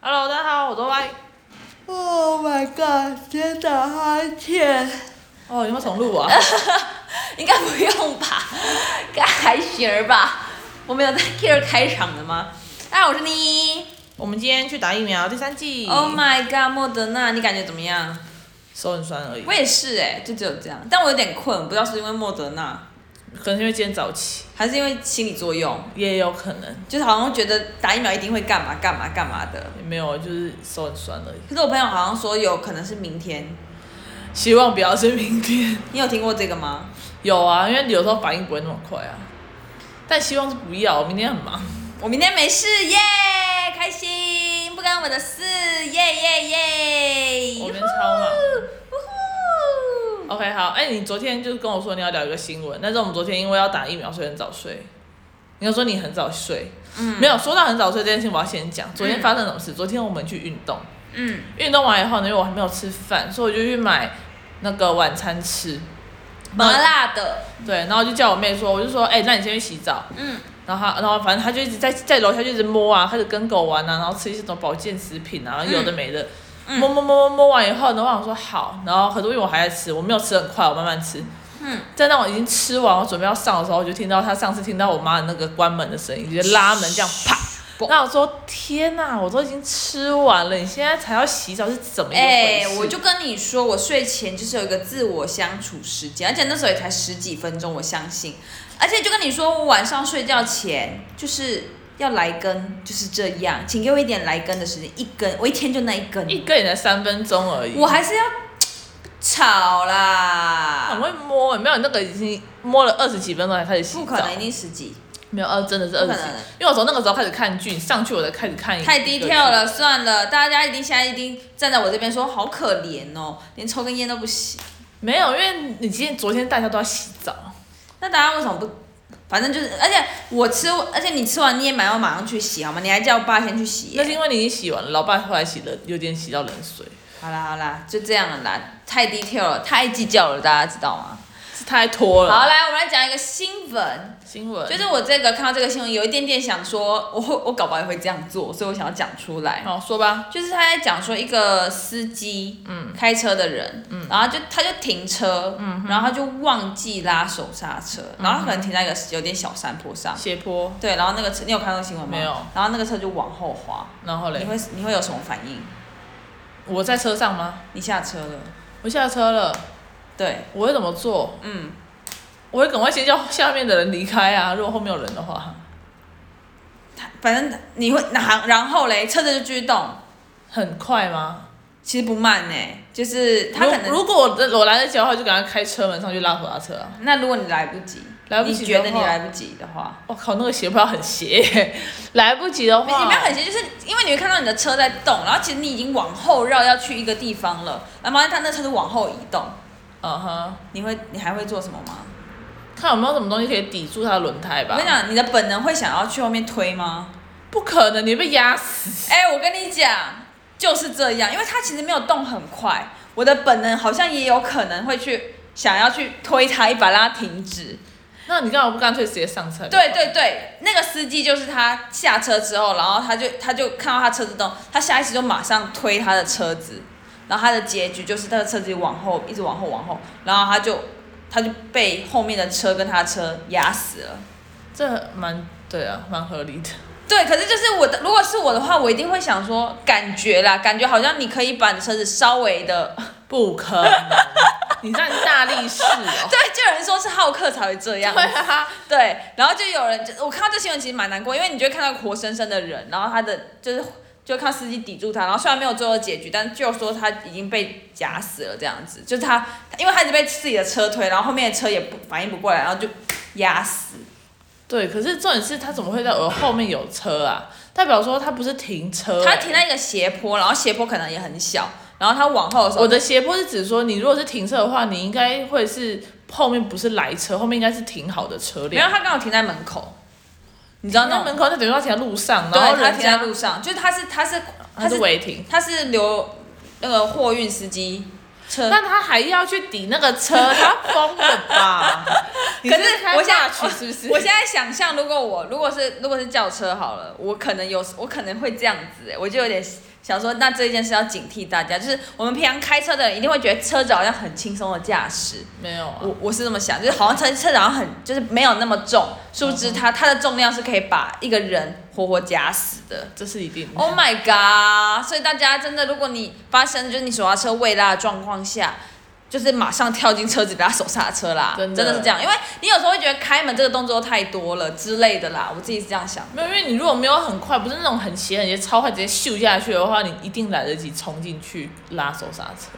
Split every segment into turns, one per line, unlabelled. Hello，大家好，我是 Y。
Oh my god！真的好甜。
哦，有没有重录 啊？
应该不用吧？应该还行儿吧？我没有在 care 开场的吗？哎，我是你。
我们今天去打疫苗第三季。
Oh my god！莫德纳，你感觉怎么样？
手很酸而已
我，也是哎、就只有这样。但我有点困，不知道是因为莫德纳，
可能是因为今天早起，
还是因为心理作用，
也有可能
就是好像觉得打疫苗一定会干嘛干嘛干嘛的。
也没有，就是手很酸而已。
可是我朋友好像说有可能是明天，
希望不要是明天。
你有听过这个吗？
有啊，因为有时候反应不会那么快啊。但希望是不要，我明天很忙。
我明天没事耶开心，不干我的事，耶耶耶！
我明天超忙
呜呼。
OK，好，哎、你昨天就是跟我说你要聊一个新闻，但是我们昨天因为要打疫苗，所以很早睡。你又说你很早睡，嗯，没有说到很早睡这件事情，我要先讲昨天发生什么事。昨天我们去运动，
嗯，
运动完以后呢，因为我还没有吃饭，所以我就去买那个晚餐吃。
麻辣的，
对，然后我就叫我妹说，我就说，哎、那你先去洗澡。
嗯，
然后她，然后反正她就一直在在楼下就一直摸啊，开始跟狗玩啊，然后吃一些什么保健食品啊，
嗯
有的没的。摸摸摸摸摸完以后，然后我想说好，然后可是因为我还在吃，我没有吃很快，我慢慢吃。
嗯，
在让我已经吃完，我准备要上的时候，我就听到她上次听到我妈的那个关门的声音，就是拉门这样啪。那我说天哪、我都已经吃完了，你现在才要洗澡是怎么一回
哎、
事？
我就跟你说，我睡前就是有一个自我相处时间，而且那时候也才十几分钟，我相信。而且就跟你说，我晚上睡觉前就是要来根，就是这样，请给我一点来根的时间，一根，我一天就那一根，
一根也才三分钟而已。
我还是要吵
很
啦，
会摸，没有那个已经摸了二十几分钟才开始洗澡，
不可能，一定十几。
没有二真的是二
不
十
可
几
能，
因为我从那个时候开始看剧，上去我才开始看一
太低调，了，算了，大家一定现在一定站在我这边说好可怜哦，连抽根烟都不行。
没有，因为你今天昨天大家都要洗澡，
那大家为什么不？反正就是，而且我吃，而且你吃完你也马上马上去洗好吗？你还叫我爸先去洗耶、
那是因为你已经洗完了，老爸后来洗了有点洗到冷水，
好啦好啦，就这样了啦，太低调了，太计较了，大家知道吗？
是太拖了。
好，来我们来讲一个新闻，
新闻
就是我这个看到这个新闻，有一点点想说，我会我搞不好也会这样做，所以我想要讲出来。
好说吧，
就是他在讲说一个司机，开车的人，然后就他就停车，然后他就忘记拉手刹车，然后他可能停在一个有点小山坡上，
斜坡，
对，然后那个车，你有看到新闻吗？
没有
然后那个车就往后滑，
然后
你
嘞，
会你会有什么反应？
我在车上吗？
你下车了，
我下车了，
对，
我会怎么做？
嗯，
我会赶快先叫下面的人离开啊，如果后面有人的话，
他反正你会然然后嘞，车子就继续动，
很快吗？
其实不慢呢、就是他
如
可能
如果我我来得及的话，就赶快开车门上去拉手刹车啊！
那如果你来不及，
来不及
你
的
觉得你
话
来不及的话，
我哦靠，那个斜坡很斜耶，来不及的话，
你没有很斜，就是因为你会看到你的车在动，然后其实你已经往后绕要去一个地方了，然后他那车就往后移动，
嗯哼，
你会你还会做什么吗？
看有没有什么东西可以抵住它的轮胎
我
吧
跟。你讲，你的本能会想要去后面推吗？
不可能，你被压死。
哎、我跟你讲，就是这样，因为它其实没有动很快，我的本能好像也有可能会去想要去推它一把，让它停止。
那你干嘛不干脆直接上车？
对对对，那个司机就是他下车之后，然后他就他就看到他车子动，他下意识就马上推他的车子，然后他的结局就是他的车子往后一直往后往后，然后他就他就被后面的车跟他的车压死了。
这蛮对啊，蛮合理的。
对，可是就是我的，如果是我的话，我一定会想说，感觉啦，感觉好像你可以把你的车子稍微的，
不可能，你让大力士哦。
对，就有人说是好客才会这样，
对啊，
对，然后就有人就我看到这新闻其实蛮难过，因为你就会看到活生生的人，然后他的就是就会看到司机抵住他，然后虽然没有最后的结局，但就说他已经被夹死了这样子，就是他因为他一直被自己的车推，然后后面的车也不反应不过来，然后就压死。
对，可是重点是他怎么会在我后面有车啊？代表说他不是停车、欸
他停在一个斜坡，然后斜坡可能也很小，然后他往后的时候，
我的斜坡是指说，你如果是停车的话，你应该会是后面不是来车，后面应该是停好的车
没有
辆。
他刚好停在门口，你知道那
那
种
门口，那等于说停在路上，然后
对，他
人
停在
家
路上，就是他是他是
他
他
是
是
违停，
他是留那个货运司机车
但他还要去抵那个车，他疯了吧？
可是我现
下
在
去是不是？
我现在想象，如果我如果是如果是轿车好了，我可能有我可能会这样子、欸，我就有点想说，那这件事要警惕大家，就是我们平常开车的人一定会觉得车子好像很轻松的驾驶，
没有啊，
我我是这么想，就是好像车车子好像很就是没有那么重，殊不知它它的重量是可以把一个人活活夹死的。
这是一定的。
Oh my god！所以大家真的，如果你发生就是你手刹车未拉的状况下，就是马上跳进车子给他手刹车啦，
真的
是这样。因为你有时候会觉得开门这个动作太多了之类的啦，我自己是这样想。
没有，因为你如果没有很快，不是那种很斜很斜超快直接咻下去的话，你一定来得及冲进去拉手刹车。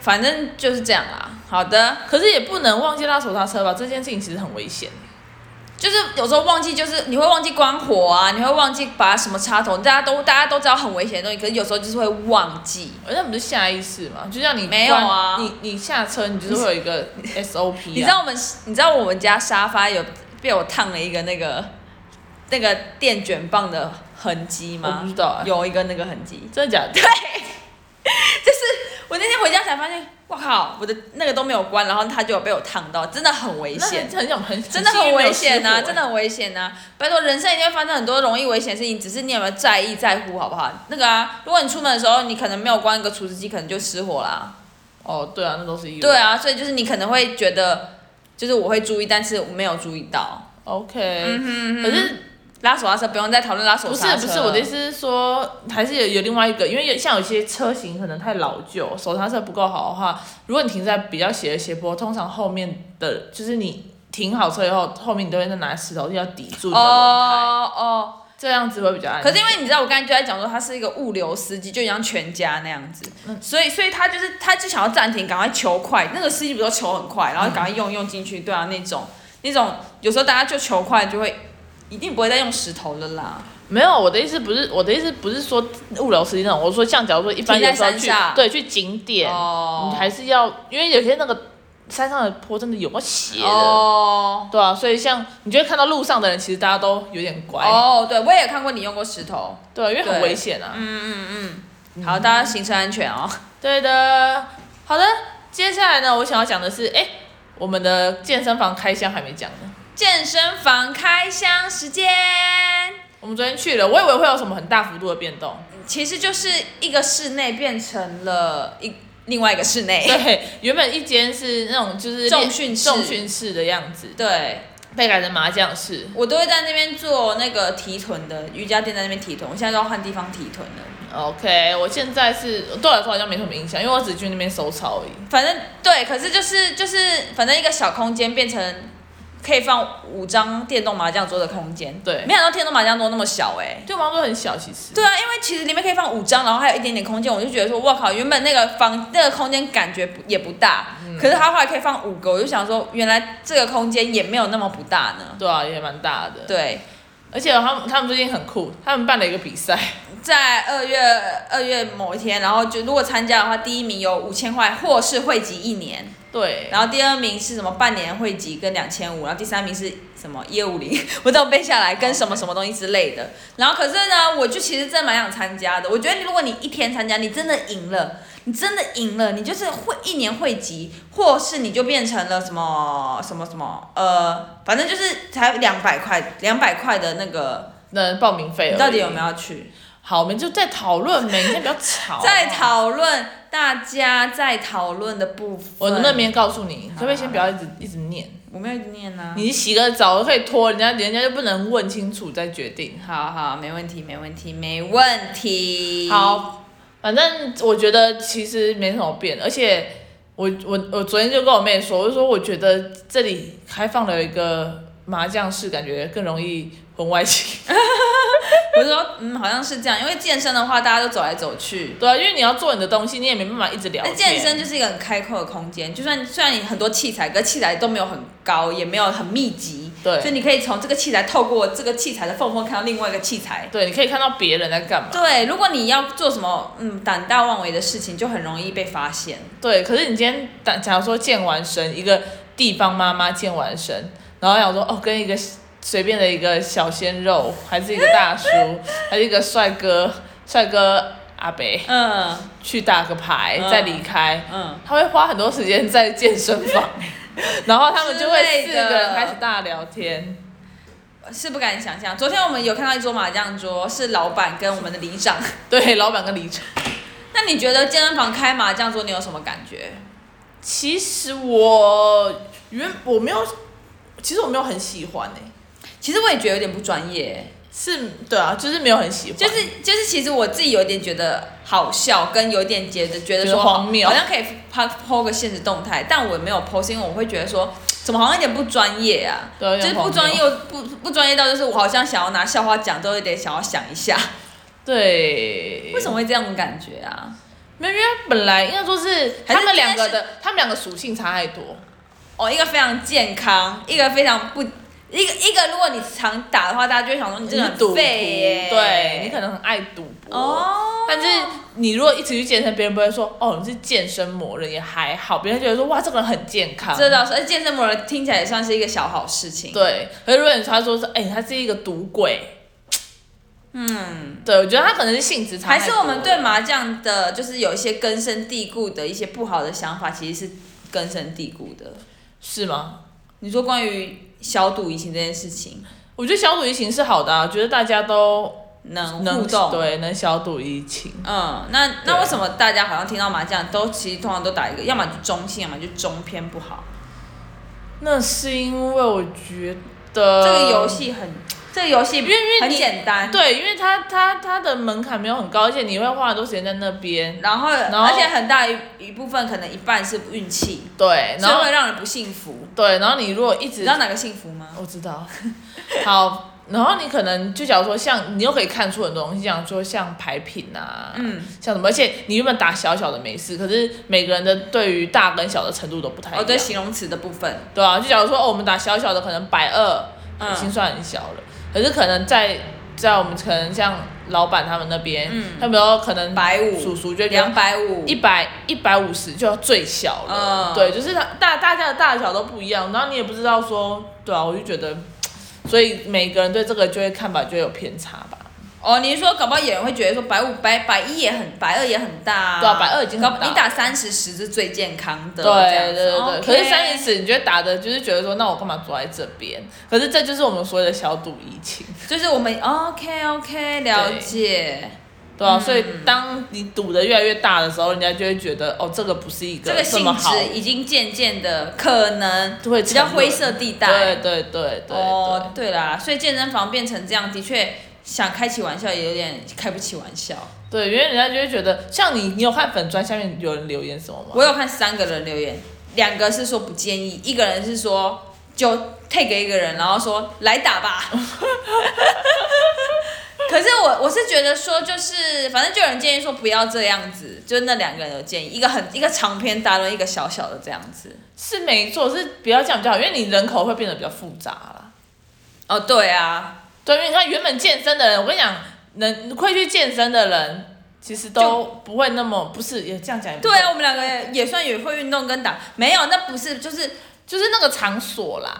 反正就是这样啦。好的，
可是也不能忘记拉手刹车吧，这件事情其实很危险。
就是有时候忘记，就是你会忘记关火啊，你会忘记拔什么插头，大家都大家都知道很危险的东西，可是有时候就是会忘记。
而且不是下意识嘛，就像你
没有啊
关你你下车你就是会有一个 SOP，、啊、
你知道我们，你知道我们家沙发有被我烫了一个那个那个电卷棒的痕迹
我
吗
不知？道、啊，
有一个那个痕迹。
真的假的？
我那天回家才发现，我靠，我的那个都没有关，然后它就有被我烫到，真的很危
那很
险。
很想很
真的很危险呐、真
的
的很危险呐、啊拜托，人生一定会发生很多容易危险的事情，只是你有没有在意在乎，好不好？那个啊，如果你出门的时候，你可能没有关一个除湿机，可能就失火啦。
哦，对啊，那都是意外。
对啊，所以就是你可能会觉得，就是我会注意，但是我没有注意到。
，OK，、
嗯
可是
拉手刹车不用再讨论拉手
不是
刹车。啊
不是，我的意思是说，还是有有另外一个，因为有像有些车型可能太老旧，手刹车不够好的话，如果你停在比较斜的斜坡，通常后面的就是你停好车以后，后面你都会再拿石头要抵住你的轮胎，
哦哦，
这样子会比较安全。
可是因为你知道，我刚才就在讲说他是一个物流司机，就像全家那样子，
嗯
所以所以他就是他就想要暂停，赶快求快。那个司机不是都求很快，
嗯
然后赶快用用进去，对啊，那种那种有时候大家就求快就会。一定不会再用石头了啦，
没有，我的意思不是我的意思不是说物流司机那种，我说像假如说一般
停在
有时候
山
去
下
对去景点，
哦
你还是要因为有些那个山上的坡真的有个斜的。
哦
对啊，所以像你就会看到路上的人，其实大家都有点乖，
哦，对，我也有看过你用过石头，
对啊，因为很
对嗯
危险啊。嗯
好，大家行车安全哦。
对的，好的，接下来呢，我想要讲的是，哎，我们的健身房开箱还没讲呢。
健身房开箱时间，
我们昨天去了，我以为会有什么很大幅度的变动，
其实就是一个室内变成了一另外一个室内，
对，原本一间是那种就是
重
练
训室
重训室的样子，
对，
被改成麻将室。
我都会在那边做那个提臀的瑜伽垫，在那边提臀。我现在都要换地方提臀了。
OK，我现在是对我来说好像没什么影响，因为我只去那边收操而已。
反正对，可是就是就是，反正一个小空间变成可以放五张电动麻将桌的空间。
对
没想到电动麻将桌那么小哎、
对我来说很小，其实。
对啊，因为其实里面可以放五张，然后还有一点点空间，我就觉得说，哇靠，原本那个房那个空间感觉不也不大，可是它后来可以放五个，我就想说，原来这个空间也没有那么不大呢。
对啊，也蛮大的。
对，
而且他们他们最近很酷，他们办了一个比赛，
在二月二月某一天，然后就如果参加的话，第一名有五千块，或是汇集一年，
对，
然后第二名是什么半年汇集跟两千五，然后第三名是什么一二五零，我都有背下来，跟什么什么东西之类的。然后可是呢，我就其实真的蛮想参加的。我觉得如果你一天参加，你真的赢了，你真的赢了，你就是会一年汇集，或是你就变成了什么什么什么，呃，反正就是才两百块，两百块的那个，
那报名费而
你
已
到底有没有要去？
好，我们就在讨论每天不要吵，
在。讨论大家在讨论的部分。
我那边告诉你，可不可以先不要一直一直念？
我没有念啊。
你洗个澡可以拖，人家人家就不能问清楚再决定。
好好，没问题，没问题，没问题。，
好，反正我觉得其实没什么变，而且我我我昨天就跟我妹说，我就说我觉得这里开放了一个麻将室，感觉更容易婚外情。
我就说，嗯，好像是这样，因为健身的话，大家都走来走去。
对啊，因为你要做你的东西，你也没办法一直聊
那
天。
健身就是一个很开阔的空间，就算虽然你很多器材，可器材都没有很高，也没有很密集，
对
所以你可以从这个器材透过这个器材的缝缝看到另外一个器材。
对，你可以看到别人在干嘛。
对，如果你要做什么嗯胆大妄为的事情，就很容易被发现。
对，可是你今天打，假如说健完身，一个地方妈妈健完身，然后想说哦，跟一个随便的一个小鲜肉，还是一个大 叔，还是一个帅哥，帅哥阿北
嗯
去打个牌，
嗯
再离开，
嗯，
他会花很多时间在健身房，然后他们就会
之类
四
的
个人开始大聊天。
是不敢想象。昨天我们有看到一桌麻将桌，是老板跟我们的里长。
对，老板跟里长。
那你觉得健身房开麻将桌，你有什么感觉？
其实我原我没有，其实我没有很喜欢诶、
其实我也觉得有点不专业，
是对啊，就是没有很喜欢，
就是就是，其实我自己有点觉得好笑，跟有点觉得觉得
觉
说
得荒谬
好像可以抛抛个现实动态，但我没有 p o 是因为我会觉得说，怎么好像有点不专业啊，
对有
就
点
是不
荒
专
谬
业，不不专业到就是我好像想要拿笑话讲，都有点想要想一下，
对，
为什么会这样的感觉啊？
没有？因为本来应该说是
还
他
是
们两个
今天
的，他们两个属性差太多。
哦，一个非常健康，一个非常不，一个一个如果你常打的话，大家就会想说你这个
是赌
很
徒，
废耶，
对你可能很爱赌博。
哦，
但是你如果一直去健身，别人不会说哦你是健身魔人，也还好，别人觉得说哇这个人很健康。
这倒是，而且健身模人听起来也算是一个小好事情。
对，可是如果你他说是哎、他是一个赌鬼，
嗯，
对我觉得他可能是性质差太
还
多，
是我们对麻将的，就是有一些根深蒂固的一些不好的想法，其实是根深蒂固的。
是吗？
你说关于小赌怡情这件事情，
我觉得小赌怡情是好的、啊，觉得大家都
能
能
互动，，
对，能小赌怡情。
嗯，那那
对啊
为什么大家好像听到麻将都其实通常都打一个，要么就中性，要么就中偏不好。
那是因为我觉得
这个游戏很，这个游戏
呃因为因为
很
你
简单，
对，因为它它它的门槛没有很高，而且你会花很多时间在那边。
然后
后
而且很大一一部分可能一半是运气，
对，
所
然
以
后
会让人不幸福。
对，然后你如果一
你
直
知道哪个幸福吗？
我知道， 好，然后你可能就假如说像你又可以看出很多东西，像说像牌品啊，
嗯，
像什么，而且你原本打小小的没事，可是每个人的对于大跟小的程度都不太一样。
哦，对，形容词的部分，
对啊，就假如说哦，我们打小小的可能百二，
嗯
已经算很小了，可是可能在在我们可能像老板他们那边，
嗯
他们有可能
150
叔叔就觉得
两百五
一百一百五十就最小了，
嗯
对，就是它大大家的大小都不一样，然后你也不知道说，对啊，我就觉得，所以每个人对这个就会看法就会有偏差吧，
哦，你是说搞不好演员会觉得说百五百百一也很百二也很大、啊，
对啊120已经很
搞
大
你打三十十是最健康的，
对
这样
对
子
对对，可是三十，
OK
尺你觉得打的就是觉得说，那我干嘛坐在这边？可是这就是我们所谓的小赌怡情，
就是我们 OK OK 了解，
对
嗯
啊，所以当你赌的越来越大的时候，人家就会觉得哦，这个不是一
这
个
个
这
性
么好，
质已经渐渐的可能
就会
比较
沉沦
灰色地带，
对对对对对，
哦，对啦，所以健身房变成这样，的确想开起玩笑也有点开不起玩笑。
对，因为人家就会觉得，像你，你有看粉砖下面有人留言什么吗？
我有看三个人留言，两个是说不建议，一个人是说就 take 给一个人，然后说来打吧。 可是我我是觉得说，就是反正就有人建议说不要这样子，就是那两个人有建议，一个很一个长篇大论，一个小小的这样子。
是没错，是不要这样比较好，因为你人口会变得比较复杂啦。
哦，对啊，
对，因为你看原本健身的人，我跟你讲，能会去健身的人，其实都
就
不会那么不是也这样讲也不
对啊，我，们两个也也算也会运动跟打，没有，那不是就是
就是那个场所啦。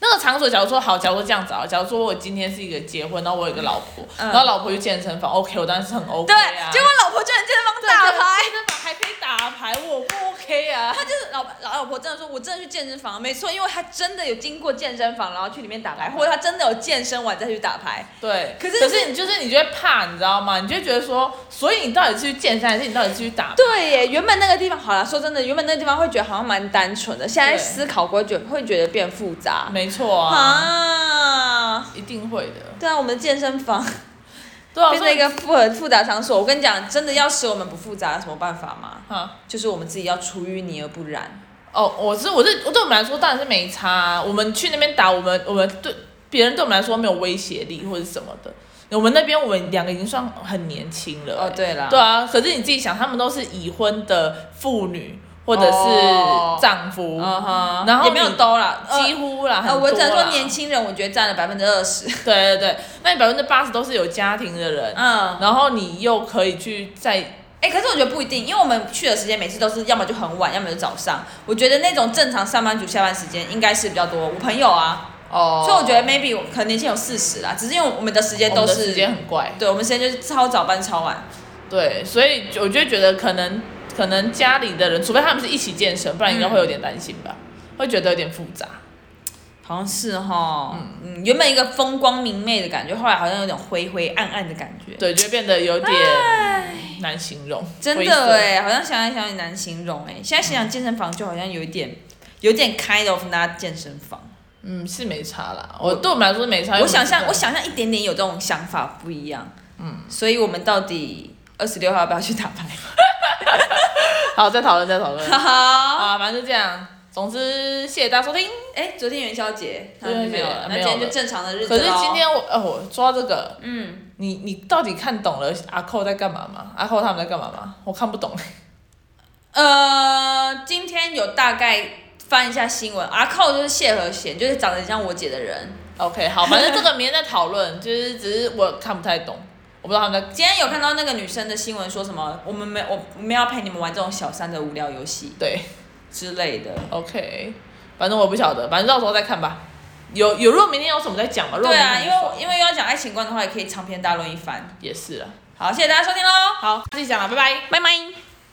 那个场所，假如说好，假如说这样子啊，假如说我今天是一个结婚，然后我有一个老婆，
嗯
然后老婆去健身房，OK，我当然是很 OK
对，
啊。
结果老婆就很健身房
对就
打牌。
健身房还可以打牌，我不 OK 啊。
他就是老老老婆真的说，我真的去健身房，没错，因为他真的有经过健身房，然后去里面打牌，或者他真的有健身完再去打牌。
对，
可是
可是你就是你就会怕，你知道吗？你就会觉得说，所以你到底是去健身还是你到底是去打？
对耶，原本那个地方好了，说真的，原本那个地方会觉得好像蛮单纯的，现在
对
思考过觉会觉得变复杂
没错啊，
啊。
一定会的。
对啊，我们的健身 房
对啊，
变
所
成一
以
个复合复杂场所。我跟你讲，真的要使我们不复杂，有什么办法吗？
啊，
就是我们自己要出淤泥而不染。
哦，我是我是我对我们来说当然是没差啊、我们去那边打，我们我们对别人对我们来说没有威胁力或者什么的。我们那边我们两个已经算很年轻了、
哦，对了，
对啊，可是你自己想，他们都是已婚的妇女或者
哦
是丈夫，
嗯哼，
然后
也没有
你
兜啦，呃
几乎啦，很
呃，我只能
多
说
啦
年轻人，我觉得占了百分之二十。
对对对，那你百分之八十都是有家庭的人，
嗯，
然后你又可以去在
哎、可是我觉得不一定，因为我们去的时间每次都是要么就很晚，要么就早上。我觉得那种正常上班族下班时间应该是比较多。我朋友啊，
哦
所以我觉得 maybe 我可能年轻有四十啦，只是因为我们的时间
我
都
们的
是
时间很怪，
对，我们时间就是超早班超晚。
对，所以就我就觉得可能可能嗯家里的人，除非他们是一起健身，不然应该会有点担心吧，会觉得有点复杂。
好像是哈，嗯原本一个风光明媚的感觉，后来好像有点灰灰暗暗的感觉，
对，就会变得有点难形容，
真
灰色
的哎，好像想来想去难形容哎。现在想想健身房就好像有一点，有点 kind of 那健身房。
嗯，是没差啦。我对我们来说是没差。
我想象，
因为
我想象一点点有这种想法不一样。嗯，所以我们到底二十六号要不要去打牌？
好，再讨论，再讨论。
哈哈。
啊，反正就这样。总之，谢谢大家收听。
哎，昨天元宵节，
对
然后就没有了，那
没有
今天就
了
正常的日子
可是
咯
今天我，哦，我说到这个，
嗯，
你你到底看懂了阿寇在干嘛吗？阿寇他们在干嘛吗？我看不懂。
呃，今天有大概翻一下新闻，阿寇就是谢和弦，就是长得很像我姐的人。
OK，好，反正这个明天再讨论，就是只是我看不太懂，我不知道他们在。
今天有看到那个女生的新闻，说什么我们没我我们要陪你们玩这种小三的无聊游戏
对
之类的。
，OK，反正我不晓得，反正到时候再看吧。有有，如果明天有什么再讲吧。如果
对啊，
明
因
天有
为因为要讲爱情观的话，也可以长篇大论一番。
也是了。
好，谢谢大家收听喽，
好，自己讲了，拜拜。
拜拜。